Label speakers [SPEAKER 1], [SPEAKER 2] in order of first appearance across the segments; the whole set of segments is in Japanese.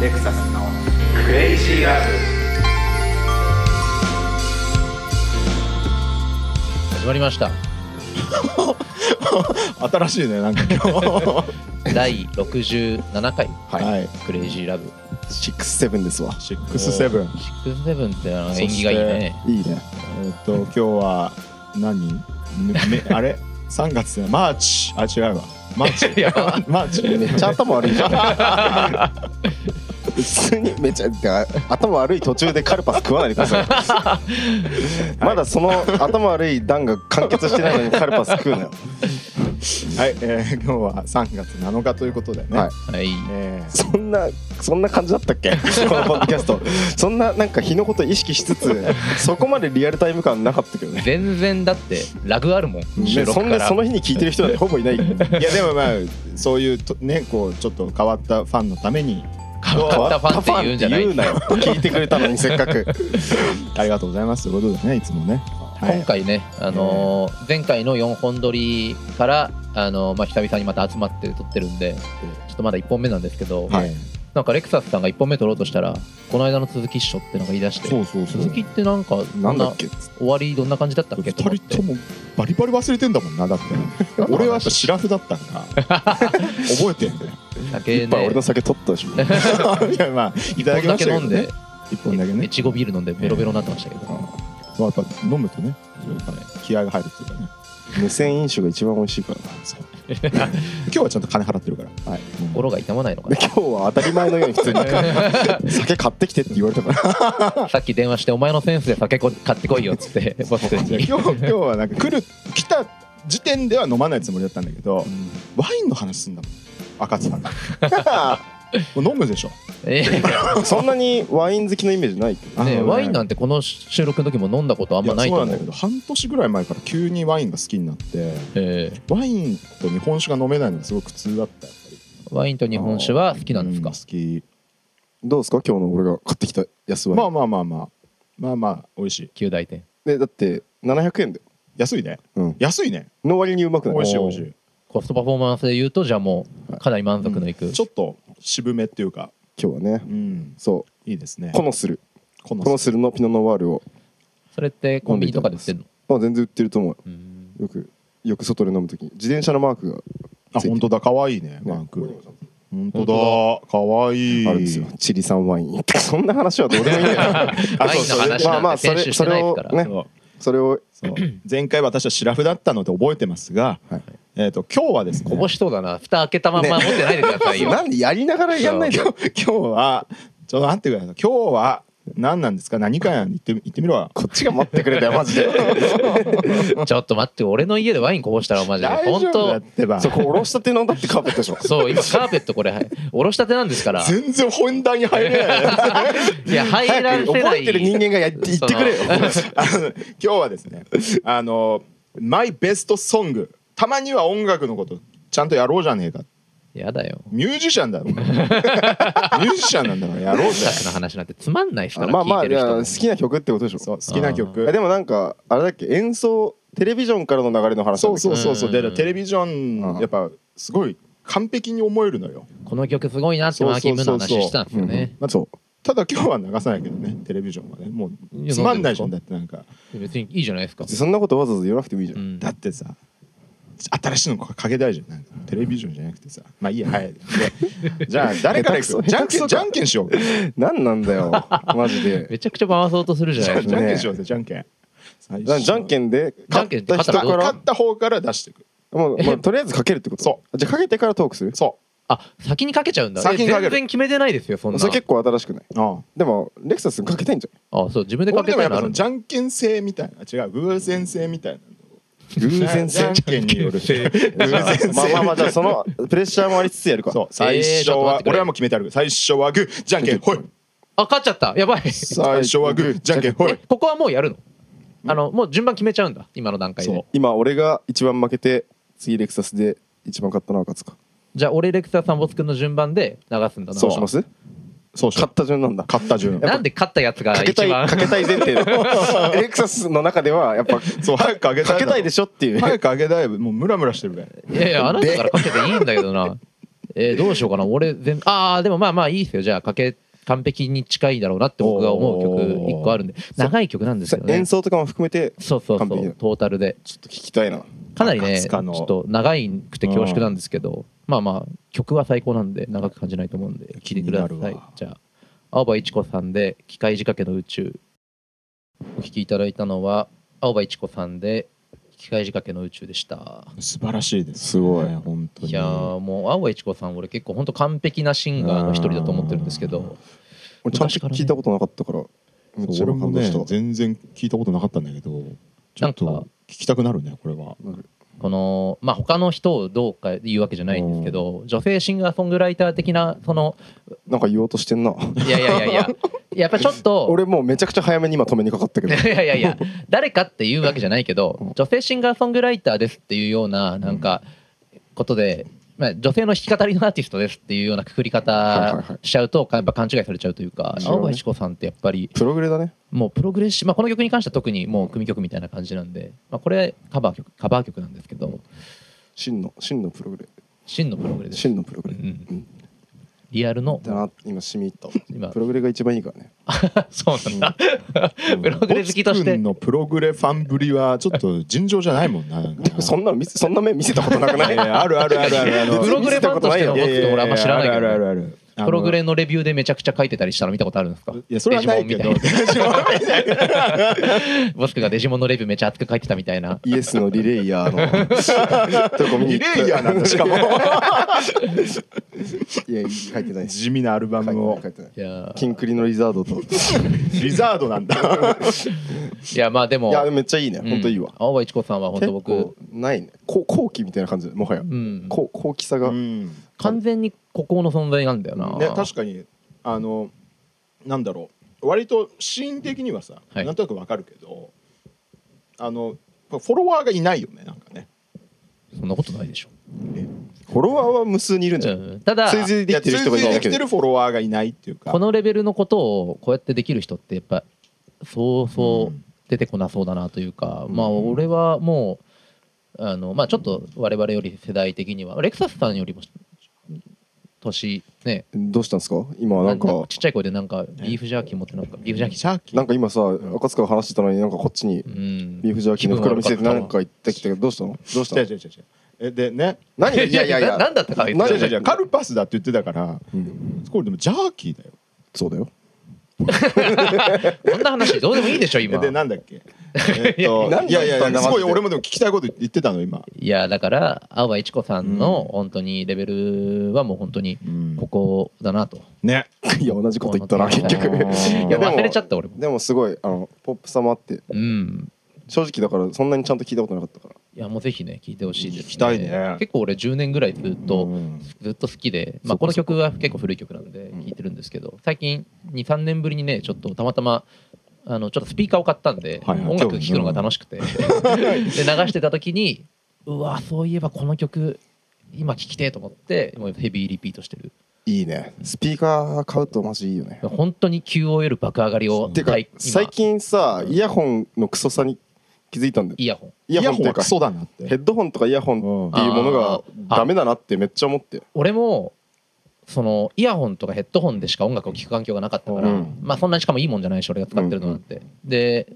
[SPEAKER 1] レクサスの
[SPEAKER 2] クレイジーラブ
[SPEAKER 3] 始まりました
[SPEAKER 4] 新しいねなんか今日
[SPEAKER 3] 第67回
[SPEAKER 4] は
[SPEAKER 1] はい
[SPEAKER 3] クレイジーラブ
[SPEAKER 4] 67ですわ
[SPEAKER 3] 67
[SPEAKER 4] 67
[SPEAKER 3] ってあの縁起がいいね
[SPEAKER 4] そしていいねえっと今日は何ぬめ あれ3月ねマーチあ違うわマー
[SPEAKER 3] いや
[SPEAKER 4] チマーチ
[SPEAKER 1] めっちゃ頭悪い じゃん普通にめっちゃてか頭悪い途中でカルパス食わないでください まだその頭悪い段が完結してないのにカルパス食うのよ
[SPEAKER 4] はい、えー、今日は3月7日ということでね、
[SPEAKER 1] はい
[SPEAKER 3] はい
[SPEAKER 4] えー
[SPEAKER 1] そんなそんな感じだったっけこのポッドキャストそんななんか日のこと意識しつつそこまでリアルタイム感なかったけどね
[SPEAKER 3] 全然だってラグあるもん収
[SPEAKER 1] ねそ
[SPEAKER 3] 録
[SPEAKER 1] ん
[SPEAKER 3] か
[SPEAKER 1] な
[SPEAKER 3] ら
[SPEAKER 1] その日に聞いてる人なんてほぼいない
[SPEAKER 4] いやでもまあそういうとねこうちょっと変わったファンのために
[SPEAKER 3] 変わったファンって言うんじゃない
[SPEAKER 1] 変わったファンって言うなよ聞いてくれたのにせっか く
[SPEAKER 4] ありがとうございますということでねいつもねはい
[SPEAKER 3] 今回ね、あのー前回の4本撮りから、あのーまあ、久々にまた集まって撮ってるんでちょっとまだ1本目なんですけど、
[SPEAKER 4] はい、
[SPEAKER 3] なんかレクサスさんが1本目撮ろうとしたらこの間の続きっしょってのが言い出して
[SPEAKER 4] そうそうそう
[SPEAKER 3] 続きってなんか
[SPEAKER 1] なんだっけ
[SPEAKER 3] 終わりどんな感じだったっけと思
[SPEAKER 4] 2
[SPEAKER 3] っ
[SPEAKER 4] 人
[SPEAKER 3] て
[SPEAKER 4] ともバリバリ忘れてんだもんなだって俺はやっぱシラフだったから覚えてんだよ
[SPEAKER 3] 酒
[SPEAKER 1] 一杯
[SPEAKER 3] ね
[SPEAKER 1] 俺の酒 取ったでしょ
[SPEAKER 4] いやまあいただきました
[SPEAKER 3] 一本だけ飲
[SPEAKER 4] けど、
[SPEAKER 3] んで
[SPEAKER 4] ね、一本だけね
[SPEAKER 3] いちごビール飲んでベロベロになってましたけど、
[SPEAKER 4] まあ、やっぱ飲むとね気合が入るっていうかね
[SPEAKER 1] 無線飲酒が一番美味しいからな
[SPEAKER 4] そう今日はちゃんと金払ってるから、はいうん
[SPEAKER 3] 心が痛まないのか
[SPEAKER 1] で今日は当たり前のよう に普通 に酒買ってきてって言われたから
[SPEAKER 3] なさっき電話してお前のセンスで酒こ買ってこいよっつってボス
[SPEAKER 4] いや
[SPEAKER 3] に
[SPEAKER 4] 今日今日はなんか来る来た時点では飲まないつもりだったんだけど、ワインの話すんだもん赤津さんが もう飲むでしょ
[SPEAKER 3] え
[SPEAKER 1] そんなにワイン好きのイメージないけど
[SPEAKER 3] えねえ
[SPEAKER 4] あの
[SPEAKER 3] ワインなんてこの収録の時も飲んだことあんまないと
[SPEAKER 4] いやそうなん
[SPEAKER 3] 思う
[SPEAKER 4] だけど半年ぐらい前から急にワインが好きになって
[SPEAKER 3] ええ
[SPEAKER 4] ワインと日本酒が飲めないのがすごい苦痛だったやっぱり
[SPEAKER 3] ワインと日本酒は好きなんです
[SPEAKER 4] う
[SPEAKER 3] か
[SPEAKER 4] 好き
[SPEAKER 1] どうですか今日の俺が買ってきた安ワイン、
[SPEAKER 4] まあまあまあまあまあまあ美味しい
[SPEAKER 3] 旧大店
[SPEAKER 1] でだって700円だよ、
[SPEAKER 4] 安いね
[SPEAKER 1] うん、
[SPEAKER 4] 安いね
[SPEAKER 1] の割にうまく
[SPEAKER 4] 美
[SPEAKER 1] ない
[SPEAKER 4] 味しい
[SPEAKER 3] おー
[SPEAKER 4] 美味し
[SPEAKER 3] コストパフォーマンスで言うとじゃあもうかなり満足のいく、
[SPEAKER 4] いちょっと渋めっていうか
[SPEAKER 1] 今日はね
[SPEAKER 4] うん
[SPEAKER 1] そ
[SPEAKER 4] いいですね
[SPEAKER 1] うコノスル
[SPEAKER 4] この
[SPEAKER 1] コノスルのピノノワールを、
[SPEAKER 3] それってコンビニとかで売ってんの
[SPEAKER 1] まあ、全然売ってると思う
[SPEAKER 3] うん
[SPEAKER 1] よくよく外で飲むときに自転車のマークが
[SPEAKER 4] あ本当だ可愛いね
[SPEAKER 1] ね
[SPEAKER 4] マー
[SPEAKER 1] ここに
[SPEAKER 4] ク
[SPEAKER 1] もちゃんと
[SPEAKER 4] 本当だ可愛い
[SPEAKER 1] あるんですよチリ産ワイン そんな話はどうでもいいんだよ
[SPEAKER 4] あ
[SPEAKER 3] ワインの
[SPEAKER 4] そうそう
[SPEAKER 3] 話
[SPEAKER 1] まあま
[SPEAKER 3] なん
[SPEAKER 1] あ
[SPEAKER 3] て
[SPEAKER 1] そ
[SPEAKER 3] 編
[SPEAKER 1] れ
[SPEAKER 3] 集してないですから、
[SPEAKER 1] それをね
[SPEAKER 4] そう
[SPEAKER 1] それを
[SPEAKER 4] そう前回私はシラフだったので覚えてますが
[SPEAKER 1] はい
[SPEAKER 4] えっと今日はです
[SPEAKER 3] こ
[SPEAKER 4] ね
[SPEAKER 3] ぼしそうだな蓋開けたまんま持ってないでくださいよ、
[SPEAKER 1] なんでやりながらやんないで
[SPEAKER 4] 今日はちょっと待ってください今日は何なんですか何かやん言ってみ言ってみろよ
[SPEAKER 1] こっちが待ってくれたよマジで
[SPEAKER 3] ちょっと待って俺の家でワインこぼしたらマジで
[SPEAKER 4] 大丈
[SPEAKER 3] 本
[SPEAKER 4] 夫だ
[SPEAKER 3] 当
[SPEAKER 4] ってば
[SPEAKER 1] そこおろしたてのだってカーペットでしょ
[SPEAKER 3] そう 今カーペットこれおろしたてなんですから
[SPEAKER 4] 全然本題に入 れない
[SPEAKER 3] いや入ら
[SPEAKER 1] 早
[SPEAKER 3] せ
[SPEAKER 1] く
[SPEAKER 3] な
[SPEAKER 1] 覚
[SPEAKER 3] い
[SPEAKER 1] えてる人間がやって言ってくれよ
[SPEAKER 3] その
[SPEAKER 4] あの今日はですねあのマイベストソングたまには音楽のことちゃんとやろうじゃねえか
[SPEAKER 3] やだよ
[SPEAKER 4] ミュージシャンだろミュージシャンなんだからやろうぜ
[SPEAKER 3] さっきの話なんてつまんないですから
[SPEAKER 1] まあ
[SPEAKER 3] 聞
[SPEAKER 1] ま
[SPEAKER 3] い
[SPEAKER 1] あ
[SPEAKER 3] て
[SPEAKER 1] い
[SPEAKER 3] る
[SPEAKER 1] や
[SPEAKER 3] 人も
[SPEAKER 1] 好きな曲ってことでしょ
[SPEAKER 4] そう好きな曲
[SPEAKER 1] えでもなんかあれだっけ演奏テレビジョンからの流れの話
[SPEAKER 4] そうそうそうそう
[SPEAKER 3] うんうんう
[SPEAKER 4] で
[SPEAKER 3] ん
[SPEAKER 4] テレビジョンやっぱすごい完璧に思えるのよ
[SPEAKER 3] この曲すごいなってマーキングの話してたんですよね
[SPEAKER 1] まあそう
[SPEAKER 4] ただ今日は流さないけどねテレビジョンはねも
[SPEAKER 3] いうや
[SPEAKER 4] つまんないじゃん
[SPEAKER 3] な
[SPEAKER 4] だってなんか
[SPEAKER 3] 別にいいじゃないですか
[SPEAKER 1] そんなことわざわざ言わなくてもいいじゃん、
[SPEAKER 3] うん
[SPEAKER 4] だってさ新しいのかけたいじゃんなんかテレビジョンじゃなくてさまあいいやはいでじゃあ誰からいく
[SPEAKER 1] 下手くそ
[SPEAKER 4] じゃんけ
[SPEAKER 1] 下手くそ
[SPEAKER 4] んじ
[SPEAKER 1] だ
[SPEAKER 4] ゃんけんしよう
[SPEAKER 1] 何なん だよマジで
[SPEAKER 3] めちゃくちゃ回そうとするじゃないです
[SPEAKER 4] じ
[SPEAKER 3] か
[SPEAKER 4] ゃん
[SPEAKER 1] ね
[SPEAKER 4] けんしようぜじゃんけん最
[SPEAKER 1] な
[SPEAKER 4] 初
[SPEAKER 1] じゃんけんで勝
[SPEAKER 3] じゃ
[SPEAKER 1] っ
[SPEAKER 3] んけん
[SPEAKER 1] た
[SPEAKER 3] で
[SPEAKER 1] 人
[SPEAKER 3] 勝った
[SPEAKER 1] から
[SPEAKER 4] 勝った方から出していく
[SPEAKER 1] らもう、まあ、とりあえずかけるってこと
[SPEAKER 4] そう
[SPEAKER 1] じゃあかけてからトークする
[SPEAKER 4] そ
[SPEAKER 3] あ先にかけちゃうんだ
[SPEAKER 4] 先にかける
[SPEAKER 3] 全然決めてないですよそんな
[SPEAKER 1] それ結構新しくないう
[SPEAKER 4] ああ
[SPEAKER 1] でもレクサスかけたいんじ
[SPEAKER 3] あそう自分でかけ
[SPEAKER 4] 俺で
[SPEAKER 3] た
[SPEAKER 4] もや
[SPEAKER 3] い
[SPEAKER 4] っ
[SPEAKER 3] のあ
[SPEAKER 4] ぱそ
[SPEAKER 3] る
[SPEAKER 4] の
[SPEAKER 3] ん
[SPEAKER 4] じ
[SPEAKER 3] だ
[SPEAKER 4] ゃんけん性みたいな違う偶然性みたい
[SPEAKER 1] ゃ
[SPEAKER 4] な
[SPEAKER 1] ない偶然
[SPEAKER 4] じ
[SPEAKER 1] 性
[SPEAKER 4] ゃんけんによる 偶然性
[SPEAKER 1] まあまあまあじゃあそのプレッシャーもありつつやるか
[SPEAKER 4] そう最初
[SPEAKER 3] ちょっと待っ
[SPEAKER 4] は
[SPEAKER 3] てくれ
[SPEAKER 4] 俺はもう決めてある最初はグーじゃんけんほい
[SPEAKER 3] あ勝っちゃったやばい
[SPEAKER 4] 最初はグーじゃんけんほ
[SPEAKER 3] え
[SPEAKER 4] い
[SPEAKER 3] ここはもうやるのあのもう順番決めちゃうんだ今の段階で
[SPEAKER 4] そ
[SPEAKER 1] 今俺が一番負けて次レクサスで一番勝ったのは勝つか
[SPEAKER 3] じゃあ俺レクサーさんボス君の順番で流すんだな
[SPEAKER 1] そうします
[SPEAKER 4] そうしよ
[SPEAKER 1] 勝った順なんだ
[SPEAKER 4] う勝った順
[SPEAKER 3] なんで勝ったやつが
[SPEAKER 1] かけ
[SPEAKER 3] 一
[SPEAKER 1] たい
[SPEAKER 3] 番
[SPEAKER 1] かけたい前提のレクサスの中ではやっぱ
[SPEAKER 4] そう早くあげたい
[SPEAKER 1] かけたいで
[SPEAKER 4] し
[SPEAKER 1] しょっていう
[SPEAKER 4] 早くあげたいもうムラムラしてるから
[SPEAKER 3] いやいや、あなたからかけていいんだけどな。えーどうしようかな俺全ああでもまあまあいいですよじゃあかけ完璧に近いだろうなって僕が思う曲
[SPEAKER 4] おー
[SPEAKER 3] 1個あるんで長い曲なんですよね
[SPEAKER 1] 演奏とかも含めて
[SPEAKER 3] そうそうそう
[SPEAKER 1] 完璧だ
[SPEAKER 3] トータルで
[SPEAKER 4] ちょっと聞きたいな
[SPEAKER 3] かなりね
[SPEAKER 4] 赤
[SPEAKER 3] ち
[SPEAKER 4] 塚の
[SPEAKER 3] ょっと長いくて恐縮なんですけどまあまあ曲は最高なんで長く感じないと思うんで聴いてくだ
[SPEAKER 4] 気に
[SPEAKER 3] さ
[SPEAKER 4] なる
[SPEAKER 3] い
[SPEAKER 4] わ
[SPEAKER 3] じゃあ青葉一子さんで「機械仕掛けの宇宙」お聴きいただいたのは青葉一子さんで「機械仕掛けの宇宙」でした
[SPEAKER 4] 素晴らしいです、
[SPEAKER 1] すごい
[SPEAKER 4] 本当に
[SPEAKER 3] いやーもう青葉一子さん俺結構ほんと完璧なシンガーの一人だと思ってるんですけど
[SPEAKER 1] 俺ちゃんと聞いたことなかったからめっち
[SPEAKER 4] そ
[SPEAKER 1] ゃ
[SPEAKER 4] れも
[SPEAKER 1] 感動
[SPEAKER 4] ね
[SPEAKER 1] したわ
[SPEAKER 4] 全然聞いたことなかったんだけどちょっ
[SPEAKER 3] なんか
[SPEAKER 4] と聞きたくなるねこれは
[SPEAKER 3] このまあ他の人をどうか言うわけじゃないんですけど女性シンガーソングライター的なその
[SPEAKER 1] なんか言おうとしてんない
[SPEAKER 3] やいやいやいややっぱちょっ と
[SPEAKER 1] 俺もうめちゃくちゃ早めに今止めにかかったけ
[SPEAKER 3] い
[SPEAKER 1] ど
[SPEAKER 3] や いやいや誰かっていうわけじゃないけ
[SPEAKER 1] うん
[SPEAKER 3] ど女性シンガーソングライターですっていうようななんかことで、まあ、女性の弾き語りのアーティストですっていうようなくくり
[SPEAKER 1] はいはい
[SPEAKER 3] 方
[SPEAKER 1] はい
[SPEAKER 3] しちゃうとやっぱ勘違いされちゃうというか
[SPEAKER 1] そうね
[SPEAKER 3] 青葉一子さんってやっぱり
[SPEAKER 1] プログレだね
[SPEAKER 3] もうプログレッシブ、まあ、この曲に関しては特にもう組曲みたいな感じなんで、まあ、これカバー曲カバー曲なんですけど
[SPEAKER 1] 真の真のプログレ
[SPEAKER 3] 真のプログレです、
[SPEAKER 1] 真のプログ
[SPEAKER 3] う
[SPEAKER 1] レ
[SPEAKER 3] ん、
[SPEAKER 1] うん
[SPEAKER 3] リアルの
[SPEAKER 1] だな今しみ入った
[SPEAKER 3] 今
[SPEAKER 1] プログレが一番いいからね
[SPEAKER 3] そうなんだ プログレ好きとし
[SPEAKER 4] ボツく
[SPEAKER 3] て
[SPEAKER 4] んのプログレファンぶりはちょっと尋常じゃないもんななんか
[SPEAKER 1] でもそんなの見せそんな目見せたことなくない
[SPEAKER 4] いやあるあるあるあるあの
[SPEAKER 3] プログレファンとしてのボツって俺あんま知らないけど
[SPEAKER 4] いやいやいやあるあるあるある
[SPEAKER 3] プログ
[SPEAKER 4] あ
[SPEAKER 3] レのレビューでめちゃくちゃ書いてたりしたの見たことあるんですか
[SPEAKER 4] のいやそれはないけど
[SPEAKER 3] デジモンみたいな
[SPEAKER 4] デジモンみたいな
[SPEAKER 3] ボスクがデジモンのレビューめちゃ熱く書いてたみたいな
[SPEAKER 1] イエスのリレイヤ ーのとこ見に行
[SPEAKER 4] リ
[SPEAKER 1] った
[SPEAKER 4] レイヤーなんだし かも
[SPEAKER 1] いや書いてないし
[SPEAKER 4] 地味なアルバ
[SPEAKER 1] 書いて
[SPEAKER 4] ム
[SPEAKER 1] ない
[SPEAKER 4] を
[SPEAKER 1] 書いてない
[SPEAKER 3] いや
[SPEAKER 1] キンクリのリザードとい
[SPEAKER 4] リザードなんだ
[SPEAKER 3] いやまあでも
[SPEAKER 1] やめっちゃいいね
[SPEAKER 3] うん
[SPEAKER 1] 本当いいわ
[SPEAKER 3] 青葉一子さんは本
[SPEAKER 1] 結
[SPEAKER 3] 当僕
[SPEAKER 1] 構ないねこ後期みたいな感じもは や
[SPEAKER 3] うん
[SPEAKER 1] こう後期さが
[SPEAKER 4] うん
[SPEAKER 3] 完全に孤高の存在なんだよな
[SPEAKER 4] ね、確かにあのなんだろう割とシーン的にはさ、
[SPEAKER 3] はい
[SPEAKER 4] なんとなくわかるけどあのフォロワーがいないよねなんかね
[SPEAKER 3] そんなことないでしょ
[SPEAKER 1] フォロワーは無数にいるんじゃ
[SPEAKER 3] うんんただ
[SPEAKER 1] 追随できてる人がい
[SPEAKER 4] い
[SPEAKER 1] る
[SPEAKER 4] や追随で
[SPEAKER 1] だ
[SPEAKER 4] き
[SPEAKER 1] け
[SPEAKER 4] て
[SPEAKER 1] で
[SPEAKER 4] るフォロワーがいないっていうか
[SPEAKER 3] このレベルのことをこうやってできる人ってやっぱそうそううん出てこなそうだなというか、まあ俺はもうあのまあちょっと我々より世代的にはレクサスさんよりも年ね
[SPEAKER 1] どうしたんですか今はなんか
[SPEAKER 3] ちっちゃい声でなんかビーフジャーキー持ってなんかビーフジャーキー
[SPEAKER 4] シャーキー
[SPEAKER 1] なんか今さ赤塚が話してたのになんかこっちに
[SPEAKER 3] うん
[SPEAKER 1] ビーフジャーキーの袋見せて
[SPEAKER 3] 気分悪
[SPEAKER 1] 何か言ってきたけどどうしたのどうした
[SPEAKER 4] 違う
[SPEAKER 1] の
[SPEAKER 4] 違う違う違うえでね
[SPEAKER 1] 何
[SPEAKER 3] い
[SPEAKER 1] い
[SPEAKER 3] や
[SPEAKER 1] や
[SPEAKER 3] い
[SPEAKER 1] い
[SPEAKER 3] や
[SPEAKER 1] や
[SPEAKER 3] い
[SPEAKER 1] い
[SPEAKER 3] や
[SPEAKER 1] や
[SPEAKER 3] ななんだったか
[SPEAKER 1] 何
[SPEAKER 3] 言って
[SPEAKER 4] 違う違う違
[SPEAKER 1] 何
[SPEAKER 4] うカルパスだって言ってたから
[SPEAKER 1] うん
[SPEAKER 4] これでもジャーキーだよ
[SPEAKER 1] そうだよ
[SPEAKER 3] かったわこんな話どうでもいいでしょ
[SPEAKER 4] え
[SPEAKER 3] 今
[SPEAKER 4] でなんだっけえっと
[SPEAKER 1] 何
[SPEAKER 4] いやいやいやす
[SPEAKER 1] 黙っ
[SPEAKER 4] ごい
[SPEAKER 1] て
[SPEAKER 4] 俺もでも聞きたいこと言ってたの今、
[SPEAKER 3] いやだから青葉一子さんの本当にレベルはもう本当に
[SPEAKER 4] うん
[SPEAKER 3] ここだなと、
[SPEAKER 4] ね
[SPEAKER 1] いや同じこと言ったな結局
[SPEAKER 4] あー
[SPEAKER 3] いや
[SPEAKER 1] でも
[SPEAKER 3] 忘れちゃった俺 も
[SPEAKER 1] でもすごいあのポップさもあって
[SPEAKER 3] うん
[SPEAKER 1] 正直だからそんなにちゃんと聞いたことなかったから
[SPEAKER 3] いやもうぜひね聞いてほしいです、ね、
[SPEAKER 4] 聞きたいね
[SPEAKER 3] 結構俺10年ぐらいずっと、
[SPEAKER 4] うん
[SPEAKER 3] ずっと好きで、まあ、
[SPEAKER 1] そっか
[SPEAKER 3] この曲は結構古い曲なんで聞いてるんですけど、最近23年ぶりにねちょっとたまたまあのちょっとスピーカーを買ったんで、
[SPEAKER 4] はいはい
[SPEAKER 3] 音楽聴くのが楽しくてで流してた時にうわそういえばこの曲今聴きてえと思ってもうヘビーリピートしてる
[SPEAKER 1] いいねスピーカー買うとマジいいよね
[SPEAKER 3] 本当に QOL 爆上がりを
[SPEAKER 1] てか
[SPEAKER 3] はい今
[SPEAKER 1] 最近さイヤホンのクソさに気づいたんだよ
[SPEAKER 3] イヤホン
[SPEAKER 1] イヤホンっていうか
[SPEAKER 4] クソだなって
[SPEAKER 1] ヘッドホンとかイヤホンっていうものが
[SPEAKER 3] あー
[SPEAKER 1] ダメだなってめっちゃ思って
[SPEAKER 3] 俺もそのイヤホンとかヘッドホンでしか音楽を聴く環境がなかったから、
[SPEAKER 1] うん
[SPEAKER 3] まあそんなにしかもいいもんじゃないし俺が使ってるのなんて、で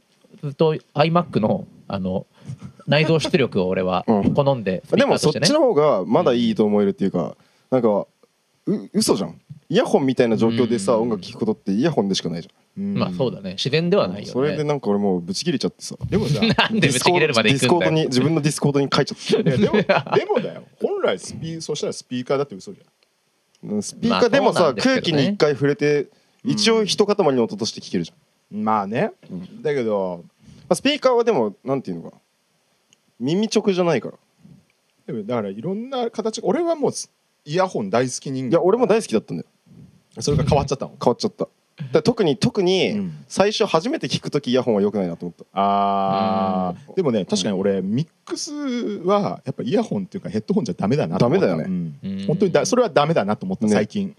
[SPEAKER 3] ずっと iMac のあの内蔵出力を俺は
[SPEAKER 1] うん
[SPEAKER 3] 好んで、スピー
[SPEAKER 1] で
[SPEAKER 3] カー
[SPEAKER 1] も
[SPEAKER 3] と
[SPEAKER 1] そ
[SPEAKER 3] し
[SPEAKER 1] ってちの方がまだいいと思えるっていうかなんかう嘘じゃんイヤホンみたいな状況でさ
[SPEAKER 3] うん
[SPEAKER 1] 音楽聴くことってイヤホンでしかないじ
[SPEAKER 3] まあそうだね自然では
[SPEAKER 1] ゃん
[SPEAKER 3] ないよね
[SPEAKER 1] それでなんか俺もうブチ切れちゃってさ
[SPEAKER 4] でもさ
[SPEAKER 3] なんでぶち切れるまで
[SPEAKER 1] デ
[SPEAKER 3] い
[SPEAKER 1] ィ
[SPEAKER 3] く
[SPEAKER 1] スコ
[SPEAKER 3] ん
[SPEAKER 1] ー
[SPEAKER 3] だ
[SPEAKER 1] ド
[SPEAKER 3] よ
[SPEAKER 1] に自分のディスコードに書いち ゃっ
[SPEAKER 4] いやでもでもだよ本来スピそしたらスピーカーだって嘘じ
[SPEAKER 1] たスピーカーで
[SPEAKER 3] ま
[SPEAKER 1] も
[SPEAKER 3] あそうな
[SPEAKER 1] さ
[SPEAKER 3] んですけどね
[SPEAKER 1] 空気に一回触れて一応一塊の音として聴けるじゃん
[SPEAKER 4] ゃんまあね、だけど
[SPEAKER 1] まあスピーカーはでもなんていうのかな耳直じゃないから
[SPEAKER 4] でもだからいろんな形俺はもうイヤホン大好き人
[SPEAKER 1] いや
[SPEAKER 4] 間
[SPEAKER 1] 俺も大好きだったんだよ
[SPEAKER 4] それが変わっちゃったの
[SPEAKER 1] 変わっちゃっただから特に特に、
[SPEAKER 4] うん
[SPEAKER 1] 最初初めて聞く時イヤホンは良くないなと思 った
[SPEAKER 4] あ
[SPEAKER 1] うん
[SPEAKER 4] ーでもね確かに俺ミックスはやっぱイヤホンっていうかヘッドホンじゃダメだなと思った
[SPEAKER 1] ダメだよね
[SPEAKER 4] うん
[SPEAKER 3] うん
[SPEAKER 4] 本当にだそれはダメだなと思った
[SPEAKER 1] ね
[SPEAKER 4] 最近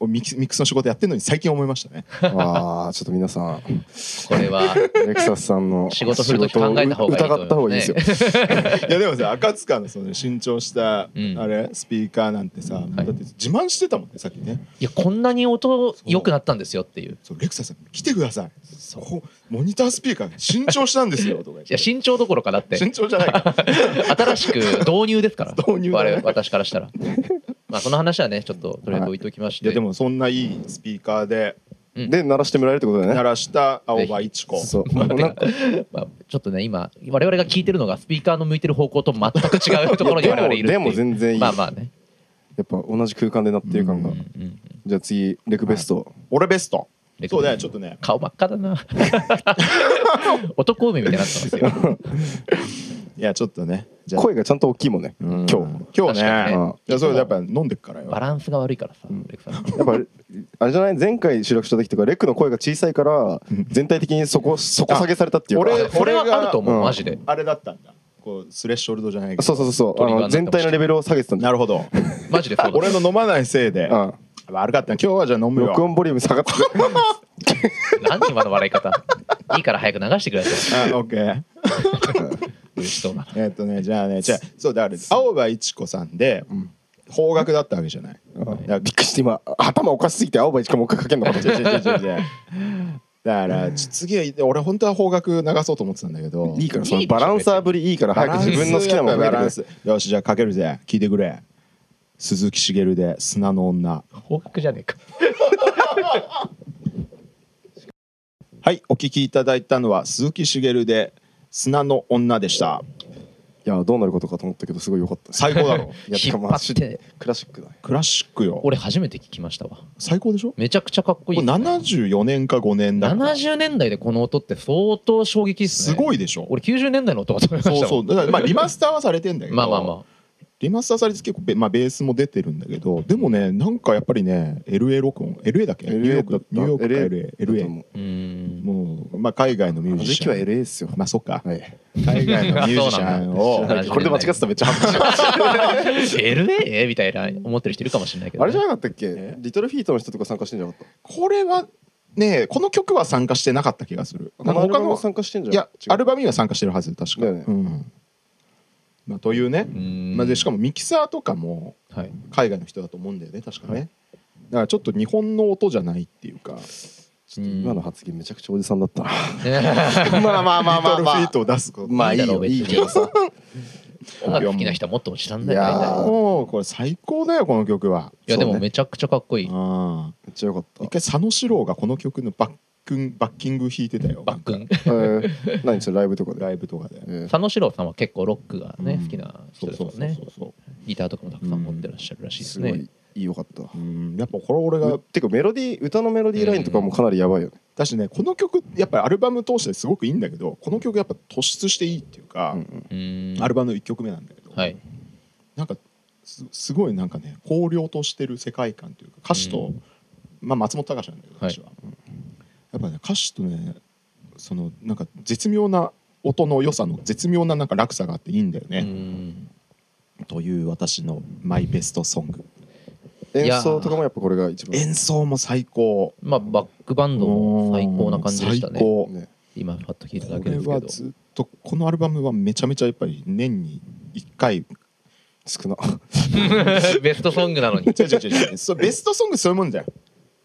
[SPEAKER 4] をミキスミックスの仕事やってるのに最近思いましたね。
[SPEAKER 1] ああちょっと皆さ ん
[SPEAKER 3] これは
[SPEAKER 1] レクサスさんの
[SPEAKER 3] 仕事する時考えた方がいいと思いますね
[SPEAKER 1] 疑った方がいいですよ。
[SPEAKER 4] いやでもさ赤塚のその新調したあ
[SPEAKER 3] うん
[SPEAKER 4] れスピーカーなんてさ、だって自慢してたもんねさっきね。
[SPEAKER 3] いやこんなに音良くなったんですよっていう
[SPEAKER 4] そうレクサスさん来てください。
[SPEAKER 3] そう
[SPEAKER 4] こうモニタースピーカー新調したんですよとか言っ
[SPEAKER 3] いや
[SPEAKER 4] て。
[SPEAKER 3] 慎重どころかだって
[SPEAKER 4] 新調じゃない か。
[SPEAKER 3] 新しく導入ですから
[SPEAKER 4] 導入だね
[SPEAKER 3] 我々私からしたらまあその話はねちょっととりあえず置いときまし
[SPEAKER 4] い
[SPEAKER 3] て
[SPEAKER 4] やでもそんないいスピーカーで
[SPEAKER 1] で鳴らしてもらえるってことだよ
[SPEAKER 4] 鳴
[SPEAKER 1] ね。
[SPEAKER 4] らした青葉一子。
[SPEAKER 1] そうなんか
[SPEAKER 3] まあ、ちょっとね今我々が聞いてるのがスピーカーの向いてる方向と全く違うところに我々いるっていう
[SPEAKER 1] でもでも全然いい
[SPEAKER 3] まあまあね、
[SPEAKER 1] やっぱ同じ空間で鳴ってる感が
[SPEAKER 3] う。んうん、
[SPEAKER 1] じゃあ次レクベスト。
[SPEAKER 4] 俺ベスト
[SPEAKER 3] レ。ク
[SPEAKER 4] そうねちょっとね
[SPEAKER 3] 顔真っ赤だ な男梅みたいになってますよ
[SPEAKER 4] いやちょっとねじゃあ
[SPEAKER 1] 声がちゃんと大きいもんね。今
[SPEAKER 4] 今日
[SPEAKER 1] 日。
[SPEAKER 4] 今
[SPEAKER 3] 確
[SPEAKER 4] 日
[SPEAKER 3] か
[SPEAKER 4] ね
[SPEAKER 3] に
[SPEAKER 1] ね
[SPEAKER 4] いやそれやっぱ飲んでっからよ
[SPEAKER 3] バランスが悪いからさ、レクさん
[SPEAKER 1] やっぱあれじゃない前回収録した時とかレクの声が小さいから全体的にそこ底下げされたっていうか
[SPEAKER 4] 俺
[SPEAKER 3] それはあると思う、
[SPEAKER 1] うん
[SPEAKER 3] マジで
[SPEAKER 4] あれだったんだこうスレッショルドじゃないけど
[SPEAKER 1] そうそうそうそうあの全体のレベルを下げてたんだ
[SPEAKER 4] なるほど
[SPEAKER 3] マジで そうだ
[SPEAKER 4] 俺の飲まないせいで
[SPEAKER 1] うん
[SPEAKER 4] 悪かったな今日はじゃあ飲む
[SPEAKER 1] 録
[SPEAKER 4] よ
[SPEAKER 1] 音ボリューム下がってた
[SPEAKER 3] 何今の笑い方いいから早く流してくださ
[SPEAKER 4] あオッケー
[SPEAKER 3] い嬉しそうな
[SPEAKER 4] えっとねじゃあねじゃあそうだから青葉一子さんで方角だったわけじゃない
[SPEAKER 1] いやびっくりして今頭おかしすぎて青葉一かもう一回かけんのかと思っ
[SPEAKER 4] 違う
[SPEAKER 1] て
[SPEAKER 4] 違う違う違うだからち次は俺本当は方角流そうと思ってたんだけど
[SPEAKER 1] いいからそのバランサーぶりいいから早く自分の好きなもの
[SPEAKER 4] バ
[SPEAKER 1] かけ
[SPEAKER 4] ラン
[SPEAKER 1] てく
[SPEAKER 4] スよしじゃあかけるぜ聞いてくれ鈴木茂で砂の女
[SPEAKER 3] 報告じゃねえか
[SPEAKER 4] はい、お聞きいただいたのは鈴木茂で砂の女でした。
[SPEAKER 1] れいやどうなることかと思ったけどすごい良かったです
[SPEAKER 4] 最 高だろ
[SPEAKER 1] いやて
[SPEAKER 3] 引
[SPEAKER 1] か
[SPEAKER 3] っ
[SPEAKER 1] ま
[SPEAKER 3] 張
[SPEAKER 1] あ
[SPEAKER 3] っ
[SPEAKER 1] してクラシックだね
[SPEAKER 4] クラシックよ。
[SPEAKER 3] 俺初めて聞きましたわ
[SPEAKER 4] 最高でしょ。こ
[SPEAKER 3] めちゃくちゃかっこいい
[SPEAKER 4] れ
[SPEAKER 3] っすね、
[SPEAKER 4] 七十四年か五年だから。
[SPEAKER 3] 70年代でこの音って相当衝撃です
[SPEAKER 4] す
[SPEAKER 3] ね
[SPEAKER 4] ごいでしょ。
[SPEAKER 3] 俺90年代の音かと思いまし
[SPEAKER 4] そ
[SPEAKER 3] た
[SPEAKER 4] うそう。だからまあリマスターはされてんだけど。
[SPEAKER 3] まあまあま
[SPEAKER 4] リマスターされて結構ベまあベースも出てるんだけど、でもねなんかやっぱりね LA 録音 LA だっけ？ニューヨークニューヨークか LA
[SPEAKER 1] だと
[SPEAKER 4] LA
[SPEAKER 1] 思う
[SPEAKER 3] あうーん
[SPEAKER 4] もうまあ海外のミ
[SPEAKER 1] こ
[SPEAKER 4] ュー
[SPEAKER 1] の
[SPEAKER 4] ジ
[SPEAKER 1] 時
[SPEAKER 4] シ
[SPEAKER 1] 期は
[SPEAKER 4] ャン。
[SPEAKER 1] LA ですよ
[SPEAKER 4] まあそっか。
[SPEAKER 1] はい
[SPEAKER 4] 海外のミュージシャン
[SPEAKER 3] そう
[SPEAKER 4] を
[SPEAKER 3] な。んだ
[SPEAKER 1] これで間違ってたらめっちゃ恥ずかしい
[SPEAKER 3] LA みたいな思ってる人いるかもしれないけど、
[SPEAKER 1] あれじゃ
[SPEAKER 3] ね、
[SPEAKER 1] なかったっけリトルフィートの人とか参加してんじゃなかっ
[SPEAKER 4] これはねこの曲は参加してなかった気がする。
[SPEAKER 1] た
[SPEAKER 4] なんか
[SPEAKER 1] アル
[SPEAKER 4] 他
[SPEAKER 1] バムも
[SPEAKER 4] の
[SPEAKER 1] 参加してんじゃん
[SPEAKER 4] いや
[SPEAKER 1] 違う
[SPEAKER 4] アルバムには参加してるはず確か、
[SPEAKER 1] だよね
[SPEAKER 4] うんまあ、というね、
[SPEAKER 3] ん
[SPEAKER 4] まあ、でしかもミキサーとかも
[SPEAKER 3] はい、
[SPEAKER 4] 海外の人だと思うんだよね確かね、だからちょっと日本の音じゃないっていうか
[SPEAKER 1] ちょっと今の発言めちゃくちゃおじさんだったな
[SPEAKER 4] まあまあま
[SPEAKER 1] あまあまあ
[SPEAKER 4] リトルフィートを出すこと
[SPEAKER 1] まあいいよいいけどさ
[SPEAKER 3] 音楽好きな人はもっと知らんだよ
[SPEAKER 1] い
[SPEAKER 3] ね
[SPEAKER 1] や
[SPEAKER 3] みたい
[SPEAKER 1] ー
[SPEAKER 3] な
[SPEAKER 4] もうこれ最高だよこの曲はい
[SPEAKER 3] やでも
[SPEAKER 4] そうね
[SPEAKER 3] めちゃくちゃかっこいい、
[SPEAKER 4] あ
[SPEAKER 1] めっちゃよかっ
[SPEAKER 4] あ
[SPEAKER 1] た
[SPEAKER 4] 一回佐野史郎がこの曲のバックンバッキング弾いてたよ
[SPEAKER 3] バックン
[SPEAKER 1] えー何それライブとかで
[SPEAKER 4] ライブとかで、
[SPEAKER 1] えー
[SPEAKER 3] 佐野史郎さんは結構ロックがね、
[SPEAKER 4] うん
[SPEAKER 3] 好きな人
[SPEAKER 4] そう
[SPEAKER 3] です
[SPEAKER 4] そ
[SPEAKER 3] も
[SPEAKER 4] うんそ
[SPEAKER 3] ね
[SPEAKER 4] うそうそう
[SPEAKER 3] ギターとかもたくさん持ってらっしゃるらしいですす
[SPEAKER 1] ご
[SPEAKER 3] ね、
[SPEAKER 1] いいいよかった
[SPEAKER 4] うんやっぱこれ俺が
[SPEAKER 1] てかメロディー歌のメロディーラインとかもかなりやばいよね
[SPEAKER 4] だしねこの曲やっぱりアルバム通してすごくいいんだけどこの曲やっぱ突出していいっていうか、
[SPEAKER 3] うーん
[SPEAKER 4] アルバムの1曲目なんだけど、
[SPEAKER 3] はい
[SPEAKER 4] なんかすすごいなんかね荒涼としてる世界観というか歌詞と、
[SPEAKER 3] うん
[SPEAKER 4] まあ、松本隆なんだけど
[SPEAKER 3] はい
[SPEAKER 4] 歌詞は、やっぱね歌詞とねそのなんか絶妙な音の良さの絶妙ななんか落差があっていいんだよ
[SPEAKER 3] うー
[SPEAKER 4] ね、
[SPEAKER 3] ん
[SPEAKER 4] という私のマイベストソング
[SPEAKER 1] 演奏とかもやっぱこれが一番
[SPEAKER 4] 演奏も最高
[SPEAKER 3] まあバックバンドも最高な感じでした
[SPEAKER 4] 最
[SPEAKER 3] ね
[SPEAKER 4] 高
[SPEAKER 1] ね
[SPEAKER 3] 今パッと聞いただ
[SPEAKER 4] こ
[SPEAKER 3] け
[SPEAKER 4] れ
[SPEAKER 3] ですけ
[SPEAKER 4] は
[SPEAKER 3] ど
[SPEAKER 4] ずっとこのアルバムはめちゃめちゃやっぱり年に1回
[SPEAKER 1] 少な
[SPEAKER 3] ベストソングなのに
[SPEAKER 4] 違う違う違う違うそうベストソングそういうもんじゃん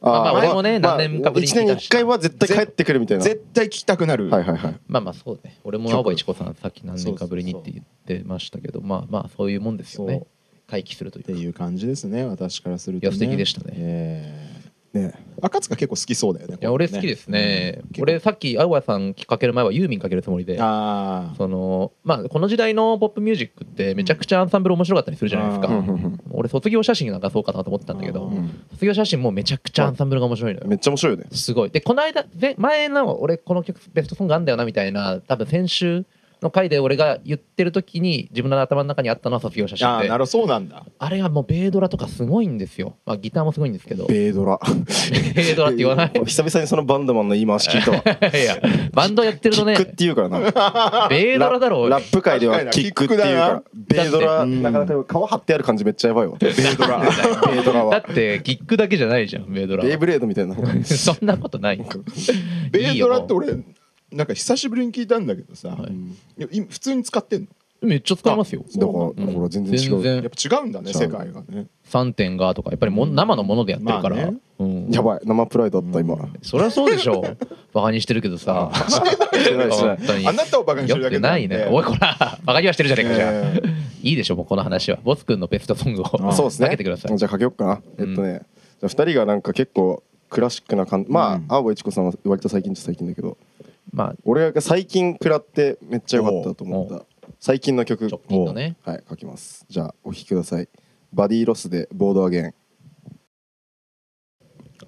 [SPEAKER 3] まあ
[SPEAKER 1] ー
[SPEAKER 3] 俺もね
[SPEAKER 1] まあ
[SPEAKER 3] 何年かぶりに
[SPEAKER 1] 一
[SPEAKER 3] 聞い
[SPEAKER 1] 年
[SPEAKER 3] た
[SPEAKER 1] に一回は絶対帰ってくるみたいな
[SPEAKER 4] 絶対聴きたくなる、
[SPEAKER 1] はいはいはい
[SPEAKER 3] まあまあそうね俺も青葉一子さんさっき何年かぶりにって言ってましたけどまあまあそういうもんですよね
[SPEAKER 4] そう
[SPEAKER 3] 回帰するとい
[SPEAKER 4] って
[SPEAKER 3] うか
[SPEAKER 4] いう感じですね私からすると、
[SPEAKER 3] いや素敵でしたね
[SPEAKER 4] え
[SPEAKER 1] ね
[SPEAKER 4] え赤塚結構好きそうだよね
[SPEAKER 3] いや俺好きですすね
[SPEAKER 4] 結構
[SPEAKER 3] 俺さっき青葉さんかける前はユーミンかけるつもりで
[SPEAKER 4] ああ
[SPEAKER 3] そのまあこの時代のポップミュージックってめちゃくちゃアンサンブル面白かったりするじゃないです
[SPEAKER 1] う
[SPEAKER 4] うん
[SPEAKER 3] か
[SPEAKER 1] うんうん
[SPEAKER 3] 俺卒業写真なんかそうかなと思ってたんだけ
[SPEAKER 4] う
[SPEAKER 3] ど
[SPEAKER 1] うん
[SPEAKER 3] 卒業写真もめちゃくちゃアンサンブルが面白いのよ
[SPEAKER 1] めっちゃ面白いよね
[SPEAKER 3] すごい。で、この間、で前の俺、この曲、ベストソングあんだよなみたいな、多分先週の回で俺が言ってる時に自分の頭の中にあったのは卒業写真
[SPEAKER 4] ああ
[SPEAKER 3] で
[SPEAKER 4] な
[SPEAKER 3] あ
[SPEAKER 4] るほどそうなんだ
[SPEAKER 3] れはもうベードラとかすごいんですよ、まあ、ギターもすごいんですけどベ
[SPEAKER 1] ベードラ。
[SPEAKER 3] ードラって言わない
[SPEAKER 1] 久々にそのバンドマンの言い回し聞いたわ。
[SPEAKER 3] いやバンドやってる
[SPEAKER 1] キ
[SPEAKER 3] とね
[SPEAKER 1] ックって言うからな。
[SPEAKER 3] ベードラだろおい
[SPEAKER 1] ラップ界ではキックっていうからベード
[SPEAKER 3] だ
[SPEAKER 1] ラ
[SPEAKER 4] って
[SPEAKER 1] なかなか皮張ってある感じめっちゃやば いわベードラベードラ
[SPEAKER 3] だっ
[SPEAKER 1] は
[SPEAKER 3] てキックだけじゃないじゃんベードラは
[SPEAKER 1] ベイブレードみたいな
[SPEAKER 3] そんなことない
[SPEAKER 4] ベ
[SPEAKER 3] いい
[SPEAKER 4] ー
[SPEAKER 3] よ
[SPEAKER 4] ドラって俺なんか久しぶりに聞いたんだけどさ、
[SPEAKER 3] はい
[SPEAKER 4] いや今普通に使ってんの
[SPEAKER 3] めっちゃ使いますよ
[SPEAKER 1] だからほ
[SPEAKER 3] うん
[SPEAKER 1] ら全然違
[SPEAKER 3] 全
[SPEAKER 1] う
[SPEAKER 4] やっ
[SPEAKER 3] 然
[SPEAKER 4] ぱ違うんだ
[SPEAKER 1] 違
[SPEAKER 4] ね
[SPEAKER 1] う
[SPEAKER 4] 世界がね
[SPEAKER 3] 3点がとかやっぱりも生のものでやってるから、
[SPEAKER 4] まあね
[SPEAKER 3] うん
[SPEAKER 1] やばい生プライドあった今
[SPEAKER 3] そりゃそうでしょバカにしてるけど さ
[SPEAKER 1] してないしてな
[SPEAKER 3] 本
[SPEAKER 1] い
[SPEAKER 3] 当に
[SPEAKER 4] あなたをバカにして
[SPEAKER 3] よ
[SPEAKER 4] るだ
[SPEAKER 3] く
[SPEAKER 4] け
[SPEAKER 3] ないねおいこら バカにはしてるじゃねえかじゃあ、
[SPEAKER 4] えー
[SPEAKER 3] いいでしょもうこの話はボス君のベストソングを
[SPEAKER 4] あ
[SPEAKER 1] そうですね
[SPEAKER 3] かけてください
[SPEAKER 1] じゃあかけよっかなえ
[SPEAKER 3] うん
[SPEAKER 1] っとねじゃあ2人がなんか結構クラシックな感じまあ
[SPEAKER 4] うん
[SPEAKER 1] 青いちこさんは割と最近っちゃ最近だけど
[SPEAKER 3] まあ
[SPEAKER 1] 俺が最近食らってめっちゃ良かったと思っ
[SPEAKER 3] お
[SPEAKER 1] た最近の曲
[SPEAKER 3] 直近のね
[SPEAKER 1] はい書きますじゃあお聴きくださいバディロスでボードアゲン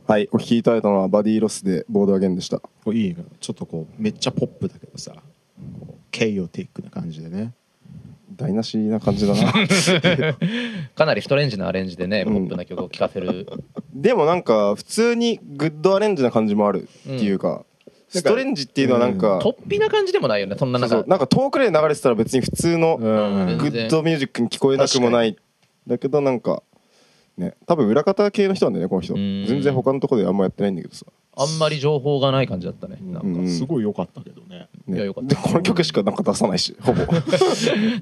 [SPEAKER 1] はいお聴きいただいたのはバディロスでボードアゲンでした
[SPEAKER 4] こういいなちょっとこうめっちゃポップだけどさこうケイオティックな感じでね
[SPEAKER 1] 台無しな感じだ な
[SPEAKER 3] かなりストレンジなアレンジでねポ
[SPEAKER 1] うん
[SPEAKER 3] ップな曲を聴かせる、
[SPEAKER 1] でもなんか普通にグッドアレンジな感じもあるっていうか、ストレンジっていうのはなんか、
[SPEAKER 3] 突飛な感じでもないよねそんな
[SPEAKER 1] そ
[SPEAKER 3] な
[SPEAKER 1] うんそ
[SPEAKER 3] か
[SPEAKER 1] うなんか遠くで流れてたら別に普通のグ
[SPEAKER 3] ん
[SPEAKER 1] ッドミュージックに聞こえなくもないだけどなんかね多分裏方系の人なんだよねこの人
[SPEAKER 3] うん
[SPEAKER 1] 全然他のとこであんまやってないんだけどさ
[SPEAKER 3] あんまり情報がない感じだったねなんか、
[SPEAKER 1] うん
[SPEAKER 4] すごい良かったけどね、
[SPEAKER 1] ね
[SPEAKER 3] いやよかった
[SPEAKER 1] でこの曲しかなんか出さないしほぼま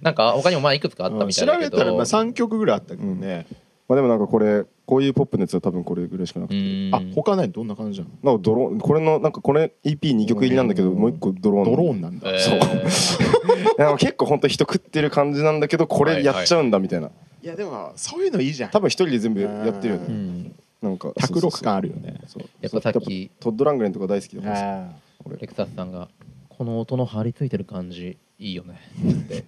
[SPEAKER 3] なんか他にもまあいくつかあったみた
[SPEAKER 4] 調
[SPEAKER 3] いだ
[SPEAKER 4] べ
[SPEAKER 3] けど
[SPEAKER 4] たらまあ3曲ぐらいあったけどね、
[SPEAKER 1] あでもなんかこれこういうポップのやつは多分これぐらいしかなく
[SPEAKER 3] う
[SPEAKER 1] て、
[SPEAKER 3] ん
[SPEAKER 4] あ他何どんな感じなの
[SPEAKER 1] なんかドローンこれのなんかこれ EP2 曲入りなんだけど
[SPEAKER 4] うん
[SPEAKER 1] もう一個ドローン
[SPEAKER 4] ドローンなんだ、
[SPEAKER 3] えー
[SPEAKER 1] そうなんか結構ほんと人食ってる感じなんだけどこれやっちゃうんだみたいな、
[SPEAKER 4] いやでもそういうのいいじゃん
[SPEAKER 1] 多分一人で全部やってるよ
[SPEAKER 3] う
[SPEAKER 1] ね
[SPEAKER 3] ん
[SPEAKER 1] なんか
[SPEAKER 4] 卓力感あるよね
[SPEAKER 1] そうそうそう
[SPEAKER 3] やっぱさっき
[SPEAKER 1] トッド・ラングレンとか大好きだからさ
[SPEAKER 3] レクサスさんがこの音の張り付いてる感じいいよねって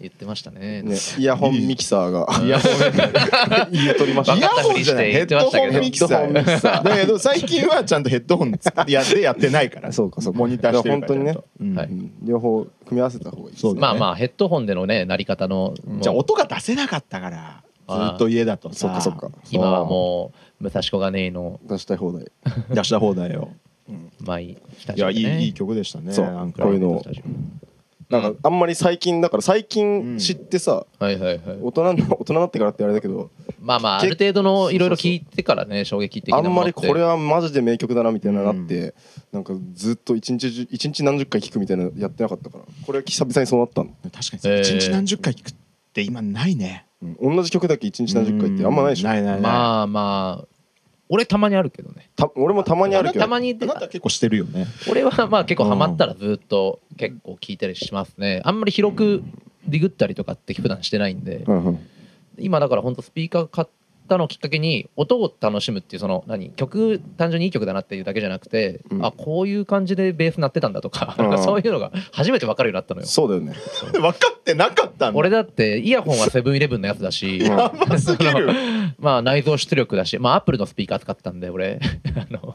[SPEAKER 3] 言ってましたね
[SPEAKER 1] ねイヤホンミキサーが
[SPEAKER 4] イヤホン
[SPEAKER 1] 家取りました
[SPEAKER 4] イ
[SPEAKER 1] ね
[SPEAKER 4] ヤホンじゃないヘッドホンミキサ
[SPEAKER 1] ヘッドホンミキサ
[SPEAKER 4] ー
[SPEAKER 1] ー
[SPEAKER 4] だけど最近はちゃんとヘッドホンつやってやってないから
[SPEAKER 1] そうかそうか
[SPEAKER 4] モニターしてるから
[SPEAKER 1] だから本
[SPEAKER 4] ちゃんと
[SPEAKER 1] 当にね、
[SPEAKER 3] はい
[SPEAKER 1] うん両方組み合わせた方がいいです
[SPEAKER 4] そうだ
[SPEAKER 1] ね
[SPEAKER 3] まあまあヘッドホンでのね鳴り方のもう
[SPEAKER 4] じゃあ音が出せなかったからずっと家だと
[SPEAKER 1] そっ
[SPEAKER 4] さ
[SPEAKER 1] かそっか
[SPEAKER 3] 今はもう武蔵小金井の
[SPEAKER 1] 出したい放題
[SPEAKER 4] 出した方だよ
[SPEAKER 3] 舞スタ
[SPEAKER 4] い
[SPEAKER 3] ジ
[SPEAKER 4] や
[SPEAKER 3] オ
[SPEAKER 4] い
[SPEAKER 3] でね
[SPEAKER 4] いいい曲でしたね
[SPEAKER 1] そう
[SPEAKER 4] なんか
[SPEAKER 1] こういうのを
[SPEAKER 3] スタジ
[SPEAKER 1] なんかあんまり最近だから最
[SPEAKER 4] うん
[SPEAKER 1] 近知ってさ、
[SPEAKER 3] オはいはいはい
[SPEAKER 1] 大人の大人になってからってあれだけど
[SPEAKER 3] まあまあある程度のいろいろ聞いてからね衝撃的
[SPEAKER 1] あ
[SPEAKER 3] なん
[SPEAKER 1] まりこれ
[SPEAKER 3] は
[SPEAKER 1] はマジで名曲だなみたいなのなって、なんかずっと一日中一日何十回聴くみたいなのやってなかったからこれは久々にそうなったの、
[SPEAKER 4] 確かに
[SPEAKER 3] え
[SPEAKER 4] さ
[SPEAKER 3] ー
[SPEAKER 4] 一日何十回聞くって今ないね
[SPEAKER 1] うん同じ曲だけ一日何十回ってあんまないでしょ
[SPEAKER 4] ないないない
[SPEAKER 3] まあまあ俺たまにあるけどね
[SPEAKER 1] た俺もたまにあるけど
[SPEAKER 3] たまに
[SPEAKER 4] あなた結構してるよ ね
[SPEAKER 3] 俺はまあ結構ハマったらずっと結構聞いたりしますねあんまり広くディグったりとかって普段してないんで
[SPEAKER 1] うんうん
[SPEAKER 3] 今だから本当スピーカー買ったのをきっかけに音を楽しむっていうその何曲単純にいい曲だなっていうだけじゃなくて、
[SPEAKER 1] うん
[SPEAKER 3] あこういう感じでベース鳴ってたんだとか,、
[SPEAKER 1] うん
[SPEAKER 3] なんかそういうのが初めて分かるようになったのよ。
[SPEAKER 1] そうだよね
[SPEAKER 4] 分かってなかったんだ
[SPEAKER 3] 俺だってイヤホンはセブンイレブンのやつだ し
[SPEAKER 1] うん
[SPEAKER 4] やばすぎる
[SPEAKER 3] まあ内蔵出力だしまあアップルのスピーカー使ってたんで俺 あの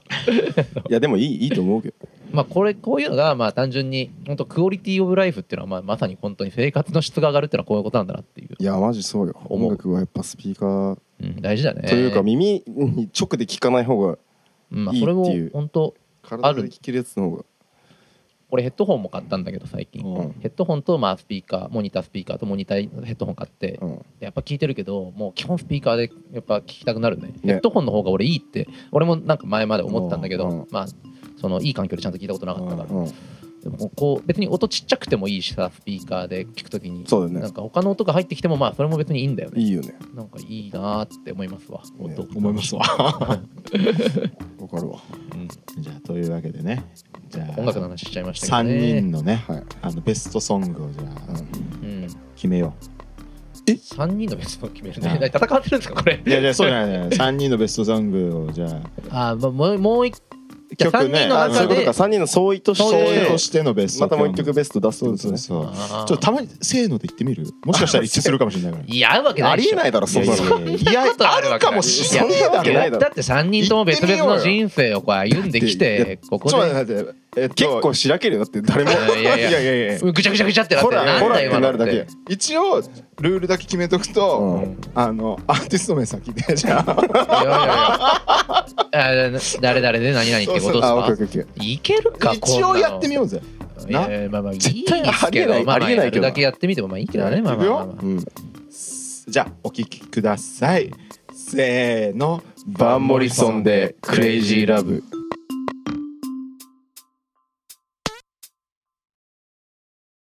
[SPEAKER 1] いやでもいいいいと思うけど
[SPEAKER 3] まあこれこういうのがまあ単純に本当クオリティオブライフっていうのはまあまさに本当に生活の質が上がるっていうのはこういうことなんだなっていう、
[SPEAKER 1] いやマジそうよ
[SPEAKER 3] 思う
[SPEAKER 1] 音楽はやっぱスピーカー
[SPEAKER 3] うん大事だね
[SPEAKER 1] というか耳に直で聴かない方が
[SPEAKER 3] うんまあ
[SPEAKER 1] いい
[SPEAKER 3] そ
[SPEAKER 1] って
[SPEAKER 3] れ
[SPEAKER 1] いう
[SPEAKER 3] も本当
[SPEAKER 1] 体で聴けるやつの方が
[SPEAKER 3] 俺ヘッドホンも買ったんだけど最近、
[SPEAKER 4] うん
[SPEAKER 3] ヘッドホンとまあスピーカーモニタースピーカーとモニターヘッドホン買って
[SPEAKER 1] うん
[SPEAKER 3] やっぱ聞いてるけどもう基本スピーカーでやっぱ聞きたくなるね
[SPEAKER 1] ね
[SPEAKER 3] ヘッドホンの方が俺いいって俺もなんか前まで思ったんだけど、
[SPEAKER 1] うんうん
[SPEAKER 3] まあそのいい環境でちゃんと聞いたことなかったから、
[SPEAKER 1] うん
[SPEAKER 3] でもこう別に音ちっちゃくてもいいしさスピーカーで聞くときに
[SPEAKER 1] そうだよね
[SPEAKER 3] なんか他の音が入ってきてもまあそれも別にいいんだよね
[SPEAKER 1] いいよね
[SPEAKER 3] なんかいいなーって思いますわ
[SPEAKER 1] ね
[SPEAKER 3] 音、
[SPEAKER 4] 思いますわ
[SPEAKER 1] わかるわ
[SPEAKER 3] うん
[SPEAKER 4] じゃあというわけでねじゃあ
[SPEAKER 3] 音楽の話しちゃいましたけど
[SPEAKER 4] 3
[SPEAKER 3] ね
[SPEAKER 4] 人のね、
[SPEAKER 1] はい
[SPEAKER 4] あのベストソングをじゃあ、
[SPEAKER 3] うん、
[SPEAKER 4] 決めよ
[SPEAKER 3] 3人の別の決める
[SPEAKER 4] う
[SPEAKER 3] ね
[SPEAKER 4] ん
[SPEAKER 3] 戦ってるんですかこれ
[SPEAKER 4] ういやいやそうじゃない3人のベストソングをじゃあ
[SPEAKER 3] あーまあもうもう一じゃあ
[SPEAKER 4] 曲ね
[SPEAKER 3] 三人の
[SPEAKER 1] あそうい
[SPEAKER 3] 中
[SPEAKER 1] うこと
[SPEAKER 3] で
[SPEAKER 1] か3人の総意とし
[SPEAKER 3] 総意
[SPEAKER 1] て
[SPEAKER 4] としてのベスト
[SPEAKER 1] またもう一曲ベスト出す
[SPEAKER 4] そ
[SPEAKER 1] ん
[SPEAKER 4] う
[SPEAKER 1] です
[SPEAKER 4] そう
[SPEAKER 1] ね
[SPEAKER 4] そうちょ
[SPEAKER 3] あー
[SPEAKER 4] っとたまにせーので言ってみるもしかしたら一致するかもしれないから
[SPEAKER 3] いやあるわけない
[SPEAKER 1] あ
[SPEAKER 3] でし
[SPEAKER 1] り
[SPEAKER 3] ょ
[SPEAKER 1] えないだろそんなの
[SPEAKER 4] いやいやいや
[SPEAKER 3] いやあるわけ
[SPEAKER 4] かもし
[SPEAKER 1] れない
[SPEAKER 3] や
[SPEAKER 1] そんなわけないだろ
[SPEAKER 3] だって3人とも別々の人生をこう歩んでき
[SPEAKER 1] 行って
[SPEAKER 3] ここ
[SPEAKER 4] ちょっと
[SPEAKER 3] で
[SPEAKER 4] 待って待ってえっと
[SPEAKER 1] 結構しらけるよだって 誰も
[SPEAKER 3] いやいや
[SPEAKER 4] いやいやい や
[SPEAKER 3] ぐちゃぐちゃぐちゃってなっ
[SPEAKER 1] ほ
[SPEAKER 3] て
[SPEAKER 1] ら
[SPEAKER 3] な
[SPEAKER 1] ほ
[SPEAKER 3] ん
[SPEAKER 1] らっ
[SPEAKER 3] だ今の
[SPEAKER 1] てな
[SPEAKER 3] っ
[SPEAKER 1] るだ
[SPEAKER 3] て
[SPEAKER 1] け
[SPEAKER 4] 一応ルールだけ決めとく
[SPEAKER 1] う
[SPEAKER 4] と、
[SPEAKER 1] ん
[SPEAKER 4] あのアーティスト名先でじゃ
[SPEAKER 3] いや
[SPEAKER 4] あ
[SPEAKER 3] いやいやあな誰々で何々ってこと
[SPEAKER 1] あオッケーオ
[SPEAKER 3] で
[SPEAKER 1] ッケーオッ
[SPEAKER 3] す
[SPEAKER 1] ケー
[SPEAKER 3] かいけるかこんな
[SPEAKER 4] 一
[SPEAKER 3] の
[SPEAKER 4] 応やってみようぜ
[SPEAKER 3] いやいやまあまあいいです
[SPEAKER 1] 絶対あり
[SPEAKER 3] け
[SPEAKER 1] えない
[SPEAKER 3] どまあまあ
[SPEAKER 1] ありえな
[SPEAKER 3] や
[SPEAKER 1] いけ
[SPEAKER 3] る
[SPEAKER 1] どな
[SPEAKER 3] だけやってみてもまあいいけどねまあまあまあまあ
[SPEAKER 1] うん
[SPEAKER 4] じゃあお聞きくださいせーの
[SPEAKER 1] バンモリソンでクレイジーラブ。